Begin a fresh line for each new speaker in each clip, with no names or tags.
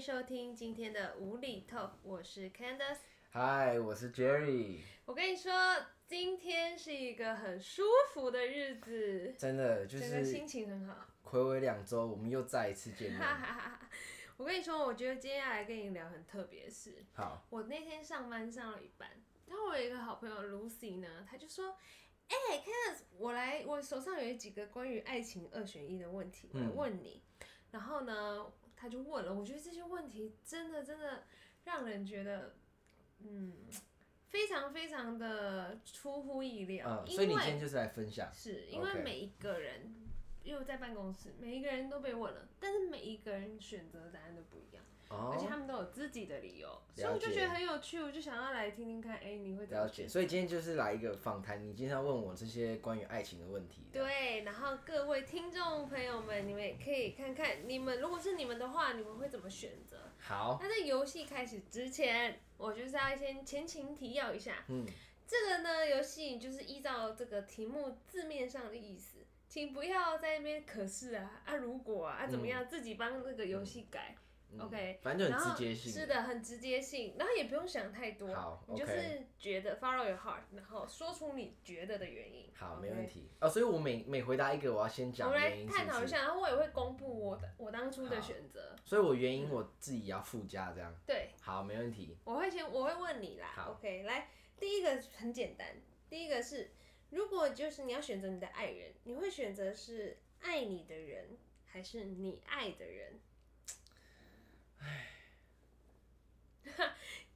收听今天的无厘头，我是 Candace。
嗨，我是 Jerry。
我跟你说，今天是一个很舒服的日子，
真的就
整个
是
心情很好。
暌违两周，我们又再一次见面。
我跟你说，我觉得今天要来跟你聊很特别的事。
好，
我那天上班上了一半，然后我有一个好朋友 Lucy 呢，她就说：“哎、c a n d 我来，我手上有几个关于爱情二选一的问题，我来
嗯
问你。然后呢，她就问了，我觉得这些问题真的真的让人觉得，嗯，非常非常的出乎意料，
嗯，
因
所以你今
为
天就是来分享，
是因为
OK
每一个人，因为我在办公室，每一个人都被问了，但是每一个人选择的答案都不一样。而且
哦，
他们都有自己的理由，
解
所以我就觉得很有趣，我就想要来听听看，哎、你会怎
了
么
解。
选？
所以今天就是来一个访谈，你今天要问我这些关于爱情的问题。这样，
对，然后各位听众朋友们，你们也可以看看，你们如果是你们的话，你们会怎么选择？
好，
那在游戏开始之前，我就是要先前情提要一下，
嗯，
这个呢，游戏就是依照这个题目字面上的意思，请不要在那边可是啊啊如果啊啊怎么样，自己帮这个游戏改。
嗯
OK，
反正就
然后
很直接性。
是，的，很直接性，然后也不用想太多，
好
你就
OK
是觉得 follow your heart，然后说出你觉得的原因。
好，
OK
没问。题。哦，所以我每每回答一个，我要先
我
讲
们
原
来
因，
探
是
讨
不
一
是？
下，然后我也会公布我的我当初的
好
选择。
所以我原
嗯
因我自己要附加这样。
对，
好，没问题。
我会先我会问你啦。
好
OK，来，第一个很简单，第一个是，如果就是你要选择你的爱人，你会选择是爱你的人还是你爱的人？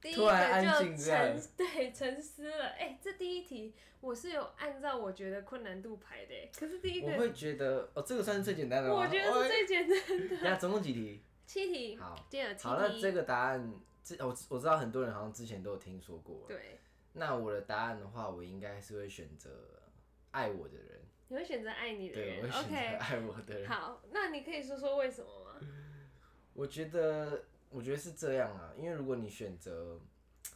第一
突然安
个就
静这 样
沉对沉思了，哎、这第一题我是有按照我觉得困难度排的，哎可是第一个
我会觉得，哦，这个算是最简单的吗？哦
我觉得是最简单的
哎。那总共几题？
七题，
好
今天有七题，
好，那这个答案，之我我知道很多人好像之前都有听说过。
对，
那我的答案的话，我应该是会选择爱我的人，
你会选择爱你的
对，
人
我会选择
o k
爱我的人。
好，那你可以说说为什么
嗯
吗？
我觉得，我觉得是这样啊，因为如果你选择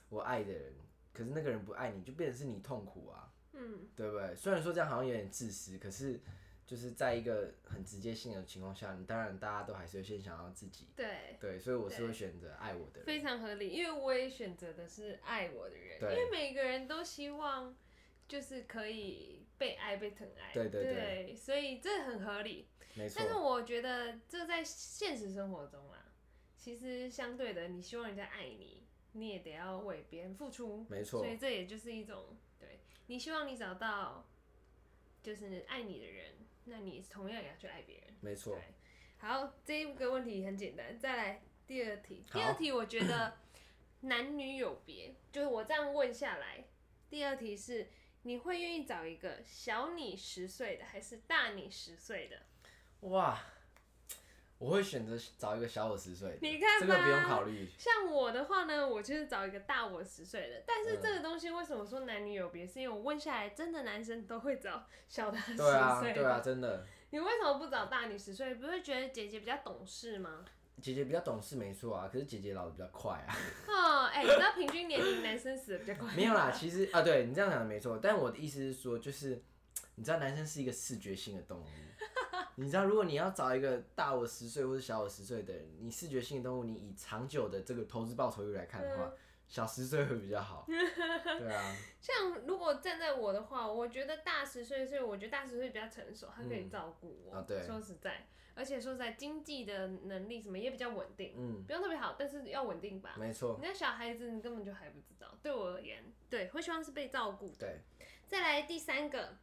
我爱的人，可是那个人不爱你，就变成是你痛苦啊，
嗯，
对不对？虽然说这样好像有点自私，可是就是在一个很直接性的情况下，你当然大家都还是会先想要自己，
对，
对，所以我是
对
会选择爱我的人。
非常合理，因为我也选择的是爱我的人，因
对
为每个人都希望就是可以被爱、被疼爱，
对对对
所以这很合理。
没错
但，是我觉得这在现实生活中啦，其实相对的，你希望人家爱你，你也得要为别人付出，
没错
所以这也就是一种对你希望你找到就是爱你的人，那你同样也要去爱别人。
没错。
对，好，这一个问题很简单，再来第二题。
好
第二题我觉得男女有别，就是我这样问下来，第二题是你会愿意找一个小你十岁的还是大你十岁的？
哇，我会选择找一个小我十岁的，
你看吧
这个不用考虑。
像我的话呢，我就是找一个大我十岁的，但是这个东西为什么说男女有别？是因为我问下来，真的男生都会找小他十岁
对啊，
的。
对啊，真的，
你为什么不找大你十岁？不会觉得姐姐比较懂事吗？
姐姐比较懂事没错啊，可是姐姐老的比较快啊。
哦，哎、你知道平均年龄男生死的比较快。
没有啦，其实啊，对你这样讲的没错，但我的意思是说，就是你知道男生是一个视觉性的动物，你知道如果你要找一个大我十岁或者小我十岁的人，你视觉性的动物，你以长久的这个投资报酬率来看的话，
嗯
小十岁会比较好。对啊，
像如果站在我的话，我觉得大十岁，所以我觉得大十岁比较成熟，他可以照顾我。
啊对
说实在，而且说实在，经济的能力什么也比较稳定，
嗯，
不用特别好，但是要稳定吧。
没错，
你那小孩子，你根本就还不知道。对我而言，对，会希望是被照顾。
对，
再来第三个，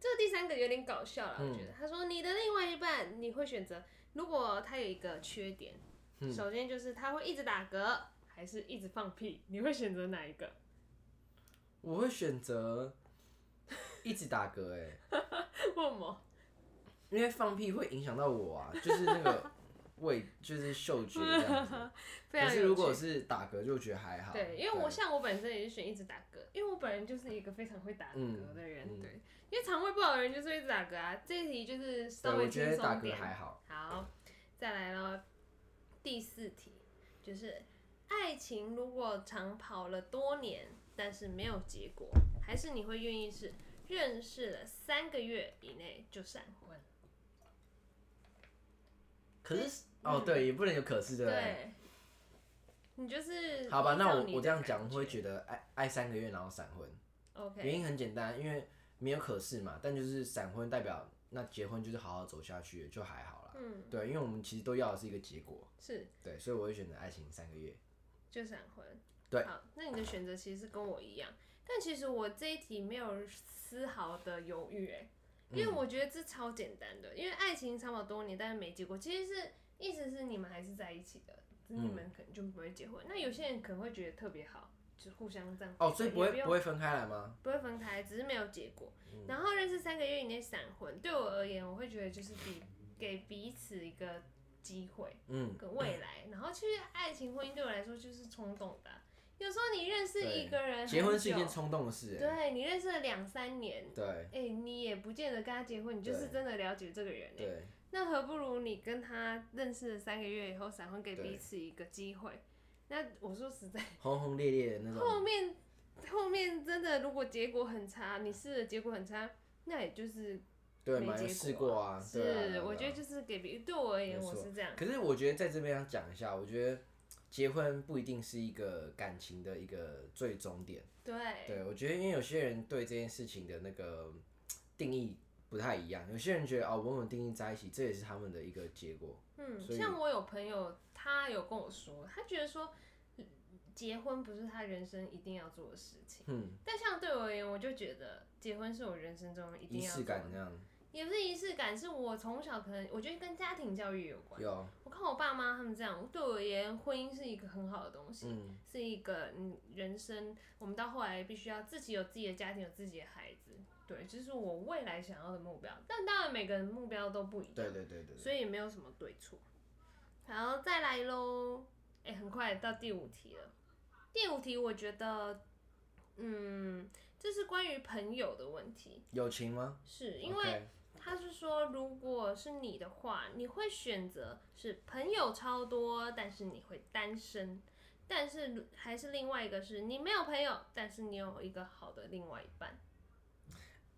这个第三个有点搞笑了，我
嗯
觉得。他说你的另外一半，你会选择，如果他有一个缺点，
嗯
首先就是他会一直打嗝，还是一直放屁，你会选择哪一个？
我会选择一直打嗝哎、
为什么？
因为放屁会影响到我 啊，就是那个味，就是嗅觉这样子。
非
可
常
是
有
如
趣。
果是打嗝，就觉得还好。
对，因为我像我本身也是选一直打嗝，因为我本人就是一个非常会打嗝的人，
嗯嗯
对，因为肠胃不好的人就是会一直打嗝啊。这一题就是稍
对，
微
我
轻
觉得打
松
嗝
点。
还好。
好，再来咯，第四题就是爱情如果长跑了多年，但是没有结果，还是你会愿意是认识了三个月以内就闪婚？嗯
可是哦，对，也不能有可是，对不对？
对，你就是
好吧，
依
那
照
我
你
我
的
这样
感
讲会
觉
觉得爱爱三个月然后闪婚，
OK，
原因很简单，因为没有可是嘛，但就是闪婚代表那结婚就是好好走下去就还好啦。
嗯，
对，因为我们其实都要的是一个结果，
是
对，所以我会选择爱情三个月。
就闪婚。
对
好，那你的选择其实跟我一样，但其实我这一题没有丝毫的犹豫、哎，因
嗯
为我觉得这超简单的，因为爱情长跑多年，但是没结果，其实是意思是你们还是在一起的，只是你
嗯
们可能就不会结婚。那有些人可能会觉得特别好，就互相这样
哦，所以
也
不会
不用
不会分嗯开来吗？
不会分开，只是没有结果。然后认识三个月以内闪婚，对我而言，我会觉得就是比给彼此一个机会。
嗯，
个未来，然后其实爱情婚姻对我来说就是冲动的啊。有时候你认识一个人很久，
结婚是一件冲动的事、欸，
对你认识了两三年，
对
哎、你也不见得跟他结婚，你就是
对
真的了解这个人哎、
对，
那何不如你跟他认识了三个月以后闪婚，给
对
彼此一个机会。那我说实在，
轰轰烈烈的那
后
种，
面后面真的如果结果很差，你试的结果很差，那也就是
对，
没
蛮有
结
试
果
过啊。
是、
对啊对啊
我觉得就是给别对我而言
没
我
错
是这样，
可是我觉得在这边要讲一下，我觉得结婚不一定是一个感情的一个最终点。
对
对，我觉得因为有些人对这件事情的那个定义不太一样，有些人觉得哦，稳稳定定在一起，这也是他们的一个结果。
嗯，
所以
像我有朋友，他有跟我说，他觉得说嗯结婚不是他人生一定要做的事情，
嗯，
但像对我而言，我就觉得结婚是我人生中一定
仪
要
式
做
感
的，
这样
也不是仪式感，是我从小可能我觉得跟家庭教育有关。
有，
我看我爸妈他们这样，对我而言，婚姻是一个很好的东西，
嗯
是一个嗯人生，我们到后来必须要自己有自己的家庭，有自己的孩子，对，这、是我未来想要的目标。但当然每个人目标都不一样，
对对对对对，
所以也没有什么对错。然后再来喽，哎、很快到第五题了。第五题我觉得，嗯，这是关于朋友的问题，
友情吗？
是因为
OK，
他是说，如果是你的话，你会选择是朋友超多，但是你会单身。但是如还是另外一个是你没有朋友，但是你有一个好的另外一半。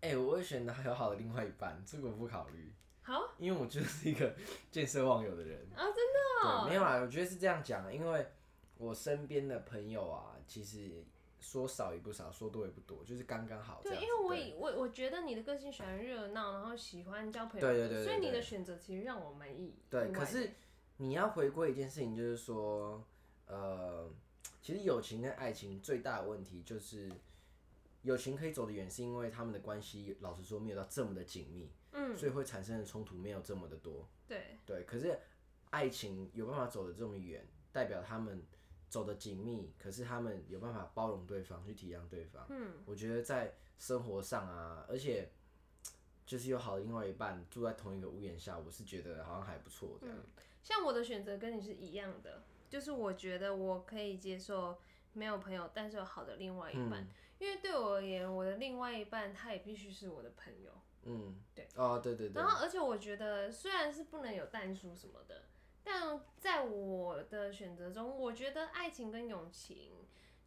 哎、我会选择友好的另外一半，这个我不考虑，
好
因为我就是一个 见色忘友的人。
啊，真的哦
对，没有啦，我觉得是这样讲，啊因为我身边的朋友啊，其实说少也不少，说多也不多，就是刚刚好这
对，
样
因
子。
为我
对
以我我觉得你的个性喜欢热闹，然后喜欢交朋友，
对对对对
所以你的
对
选择其实让我蛮意意
对，
外
可是
的
你要回归一件事情，就是说，呃，其实友情跟爱情最大的问题就是，友情可以走得远，是因为他们的关系，老实说没有到这么的紧密，
嗯，
所以会产生的冲突没有这么的多。
对
对，可是爱情有办法走得这么远，代表他们走得紧密，可是他们有办法包容对方，去体谅对方。
嗯，
我觉得在生活上啊，而且就是有好的另外一半住在同一个屋檐下，我是觉得好像还不错啊这样。
嗯像我的选择跟你是一样的，就是我觉得我可以接受没有朋友，但是有好的另外
嗯
一半，因为对我而言，我的另外一半他也必须是我的朋友。
嗯，
对，
哦，对对对
然，后，而且我觉得虽然是不能有淡书什么的，但在我的选择中，我觉得爱情跟友情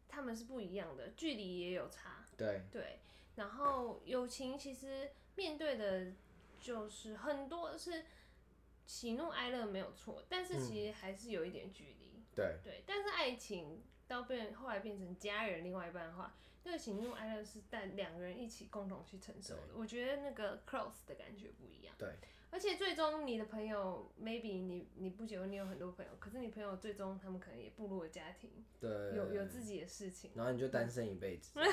他们是不一样的，距离也有差。
对，
对，然后友情其实面对的就是很多是喜怒哀乐没有错，但是其实还是有一点距离。
对，
对，但是爱情到变后来变成家人另外一半的话，那个喜怒哀乐是带两个人一起共同去承受的。我觉得那个 close 的感觉不一样。
对，
而且最终你的朋友，maybe 你你不结婚，你有很多朋友，可是你朋友最终他们可能也步入了家庭，
对，
有有自己的事情。
然后你就单身一辈 子，
但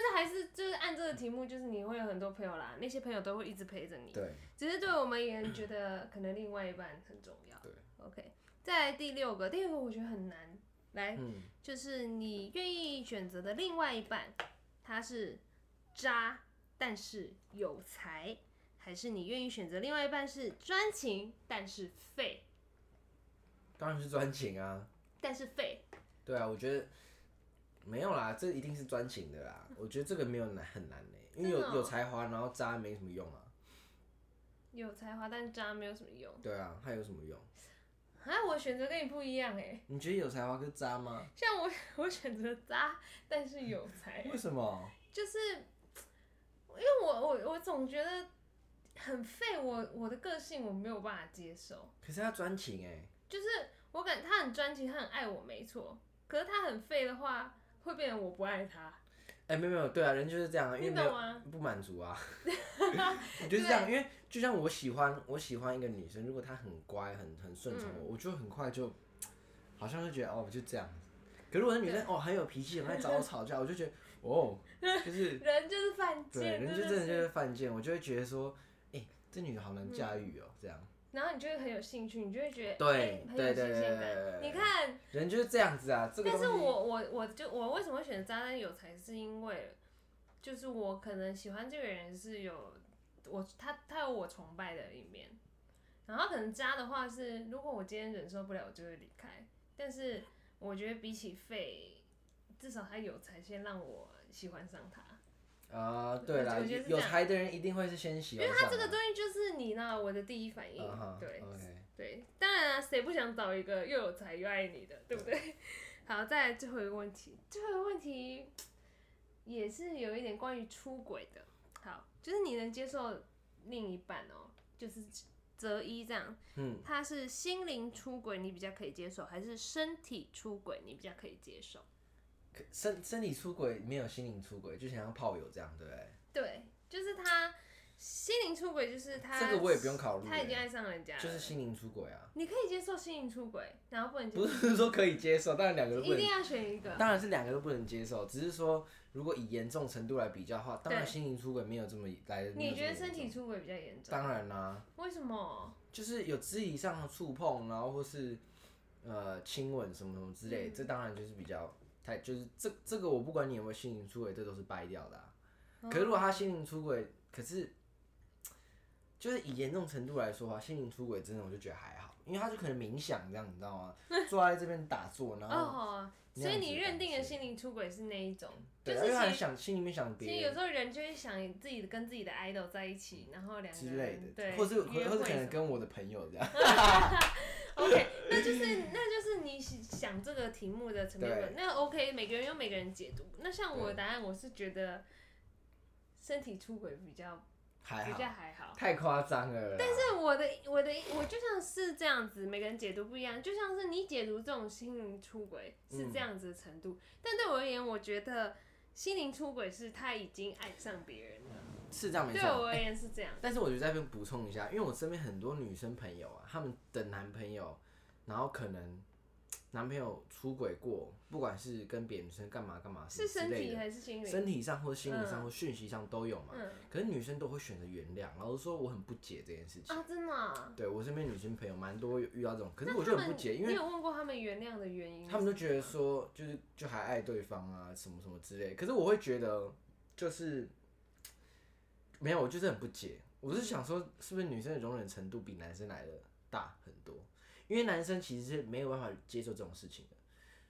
是还是就是按这个题目，就是你会有很多朋友啦，那些朋友都会一直陪着你。
对，
只是对我们而言，觉得可能另外一半很重要。
对
，OK，再来第六个，第六个我觉得很难。来，
嗯，
就是你愿意选择的另外一半，他是渣但是有才，还是你愿意选择另外一半是专情但是废，
当然是专情啊，
但是废？
对啊，我觉得没有啦，这一定是专情的啦，我觉得这个没有难很难呢、因为有
真的哦
有才华，然后渣没什么用啊，
有才华但渣没有什么用。
对啊，他有什么用？
啊，我选择跟你不一样哎、
你觉得有才华跟渣吗？
像我我选择渣但是有才，
为什么？
就是因为我我我总觉得很废，我我的个性我没有办法接受。
可是他专情哎、
就是我感他很专情，他很爱我，没错。可是他很废的话，会变成我不爱他，
哎、没有没有，对啊，人就是这样啊，因为
你
没有
懂吗？
不满足 啊， 我就是这样，因为就像我喜欢我喜欢一个女生，如果她很乖很很顺
嗯
从我，我就很快就好像就觉得哦就这样。可如果那女生哦很有脾气，很爱找我吵架，我就觉得 哦，就是
人就是犯
对，
贱，
人就
真
真
的。
的就是是犯贱，我就会觉得说，哎、这女的好难驾
嗯
驭哦，这样。
然后你就会很有兴趣，你就会觉得
对
哎很有
对对
新
对
鲜感。
对对对
你看，
人就是这样子啊，这个
但
东
是
西
我我我就我为什么会选渣男友才是因为，就是我可能喜欢这个人是有我他他有我崇拜的一面，然后可能渣的话是如果我今天忍受不了，我就会离开。但是我觉得比起废，至少他有才先让我喜欢上他，
啊、对啦，
我觉得是
有
这样
才的人一定会是先喜欢上的，因为他啊嗯
这个东西就是你呢我的第一反应，对。
，OK，
对，当然啊，谁不想找一个又有才又爱你的，对不对？ 好，再来最后一个问题，最后一个问题也是有一点关于出轨的。好，就是你能接受另一半哦，就是择一这样，
嗯，
他是心灵出轨你比较可以接受，还是身体出轨你比较可以接受？
可身身体出轨没有心灵出轨，就想像炮友这样，对不对？
对，就是他心灵出轨，就是他
这个我也不用考虑欸
他已经爱上人家了，
就是心灵出轨啊，
你可以接受心灵出轨，然后不能接
不是说可以接受，当然两个都不
一定
能，
要选一个。
当然是两个都不能接受，只是说如果以严重程度来比较的话，当然心灵出轨没有这么来的。
你觉得身体
出？
出轨比较严重？
当然啦、
为什么？
就是有肢体上的触碰，然后或是呃亲吻什么什么之
嗯
类，这当然就是比较太就是这这个我不管你有没有心灵出轨，这都是掰掉的、
哦
啊。可是如果他心灵出轨，可是就是以严重程度来说的话，心灵出轨真的我就觉得还好，因为他就可能冥想这样，你知道吗？坐在这边打坐，然后、
哦，
那
所以
样
你
子
认
感
定的
觉嗯
心灵出轨是那一种，就
对，
是
因为他
其
很
实
想心里面想
其实
别
有
人
时候人就会想自己跟自己的 idol 在一起，然后两个
之类
人
的，
对，
或是或
约
或是
会
可能
什么
跟我的朋友这样，
OK，那就是那就是你喜想这个题目的层面论，那 OK，每个人有每个人解读。那像我的
对
答案，我是觉得身体出轨比较
还
比较
好，
还好。
太夸张了啦。
但
但
是我的我的我就像是这样子，每个人解读不一样，就像是你解读这种心灵出轨是这样子的程度，但对我而言，我觉得心灵出轨是他已经爱上别人了，
是这样没
对
错。
我而言是这样。
但是我觉得在这边补充一下，因为我身边很多女生朋友啊，她们的男朋友，然后可能男朋友出轨过，不管是跟别的女生干嘛干嘛什
是
么之
身
类
体
的，
还是心灵？
身体上或心理
嗯
上或讯息上都有嘛。
嗯
可是女生都会选择原谅，然后说我很不解这件事情。
啊，真的、啊。
对我身边女性朋友蛮多有遇到这种，可是
那
我
他
就
们，
很不解，因
你
为
有问过他们原谅的原因？
他们都觉得说就是就还爱对方啊什么什么之类，可是我会觉得就是没有，我就是很不解，我是想说是不是女生的容忍程度比男生来的大很多？因为男生其实是没有办法接受这种事情的。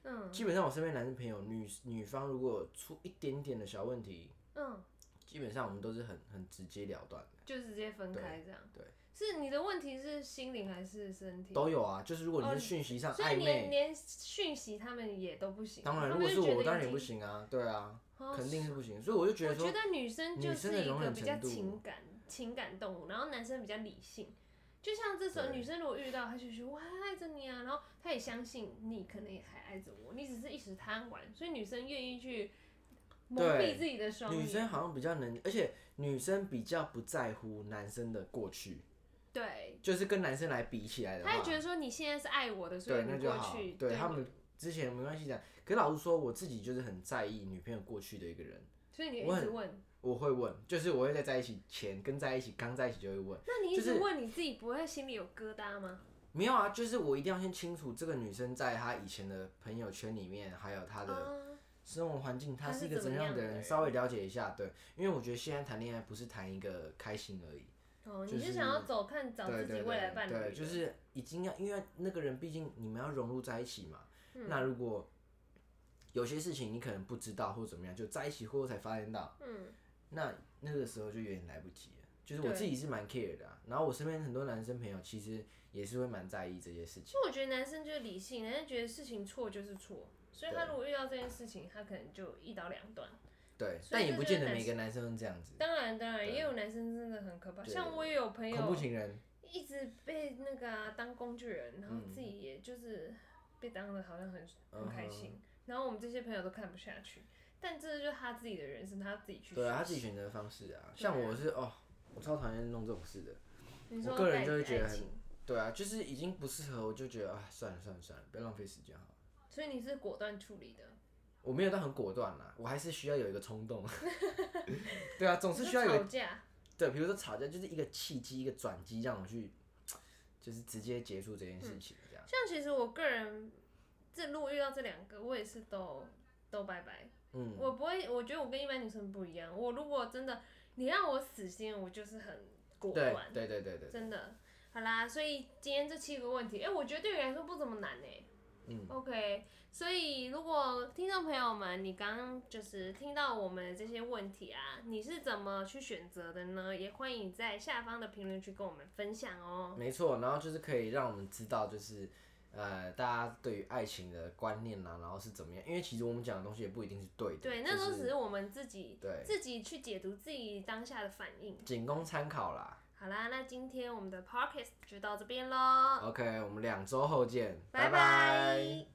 嗯
基本上我身边男生朋友，女女方如果出一点点的小问题，
嗯，
基本上我们都是很很直截了当的，
就直接分开这样。
对对
是你的问题是心灵还是身体？
都有啊。就是如果你
哦
是讯息上
所以
暧
连
昧，
连讯息他们也都不行。
当然
他
如
们
果
就是觉
我，
得
我当
已
然也
经
不行啊，对啊，
哦
肯定是不行。所以我就觉
我
得说
觉，得女生就
女生的
是一
容
个
忍
比较
程度
情感情感动物，然后男生比较理性。就像这种
对
女生，如果遇到，她就说“我还爱着你啊”，然后她也相信你可能也还爱着我，你只是一时贪玩，所以女生愿意去蒙蔽
对
自己的双
女生
眼。
好像比较能，而且女生比较不在乎男生的过去，
对，
就是跟男生来比起来的
她
话
也，觉得说你现在是爱我的，所以
对，那
你
就
过
好
去。。
对他们之前没关系讲，可是老实说，我自己就是很在意女朋友过去的一个人，
所以你
我
一直
很
问，
我会问，就是我会在在一起前跟在一起刚在一起就会问，
那你一
就
直
是
问你自己，不会心里有疙瘩吗？
没有啊，就是我一定要先清楚这个女生在她以前的朋友圈里面，还有她的
啊，
生活环境，她
她是
是一个
怎
怎
么
样
样
的
的
人，
人
稍微了解一下，对，因为我觉得现在谈恋爱不是谈一个开心而已。
哦，你
就是是
想要走看找
对
自
对
己
对
未来伴侣的，
对，就是已经要，因为那个人毕竟你们要融入在一起嘛。
嗯
那如果有些事情你可能不知道或怎么样，就在一起过后才发现到，
嗯，
那那个时候就有点来不及了。就是我
对
自己是蛮 care 的、啊，然后我身边很多男生朋友其实也是会蛮在意这些事
其
情。
实我觉得男生就是理性，男生觉得事情错就是错，所以他
对
如果遇到这件事情，他可能就一刀两断。
对，
所以
但也
这
不
就是
见得
男
每
生
个男生都这样子。
当然，当然
对
也有男生真的很可怕，
对
像我也有朋
恐怖
友
情人，
一直被那个啊、当工具人，然后
嗯
自己也就是被当的好像很很开心，然后我们这些朋友都看不下去，但这就是他自己的人生，他自己去
对啊，他
学
自己
习
选择的方式啊。像我是哦，我超讨厌弄这种事的。
你
我
说
个人
带
就会
着
觉
爱
得很
情
对啊，就是已经不适合，我就觉得啊，算了算了算了，不要浪费时间啊好了。
所以你是果断处理的，
我没有到很果断啦，我还是需要有一个冲动。 对啊，总
你
是
说
需要有
吵架，
对，比如说吵架就是一个契机，一个转机，让我去就是直接结束这件
嗯
事情，这样。
像其实我个人，这如果遇到这两个，我也是都都拜拜。
嗯，
我不会，我觉得我跟一般女生不一样。我如果真的你让我死心，我就是很果
对
断，
对对对对，
真的。好啦，所以今天这七个问题，哎、我觉得对你来说不怎么难哎、
嗯，
OK，所以如果听众朋友们，你刚刚就是听到我们的这些问题啊，你是怎么去选择的呢？也欢迎在下方的评论区跟我们分享哦。
没错。然后就是可以让我们知道，就是呃，大家对于爱情的观念啊，然后是怎么样？因为其实我们讲的东西也不一定是对的，
对，那
就
都只是我们自己
对，
自己去解读自己当下的反应。
仅供参考啦。
好啦，那今天我们的 podcast 就到这边喽，
OK，我们两周后见，
拜拜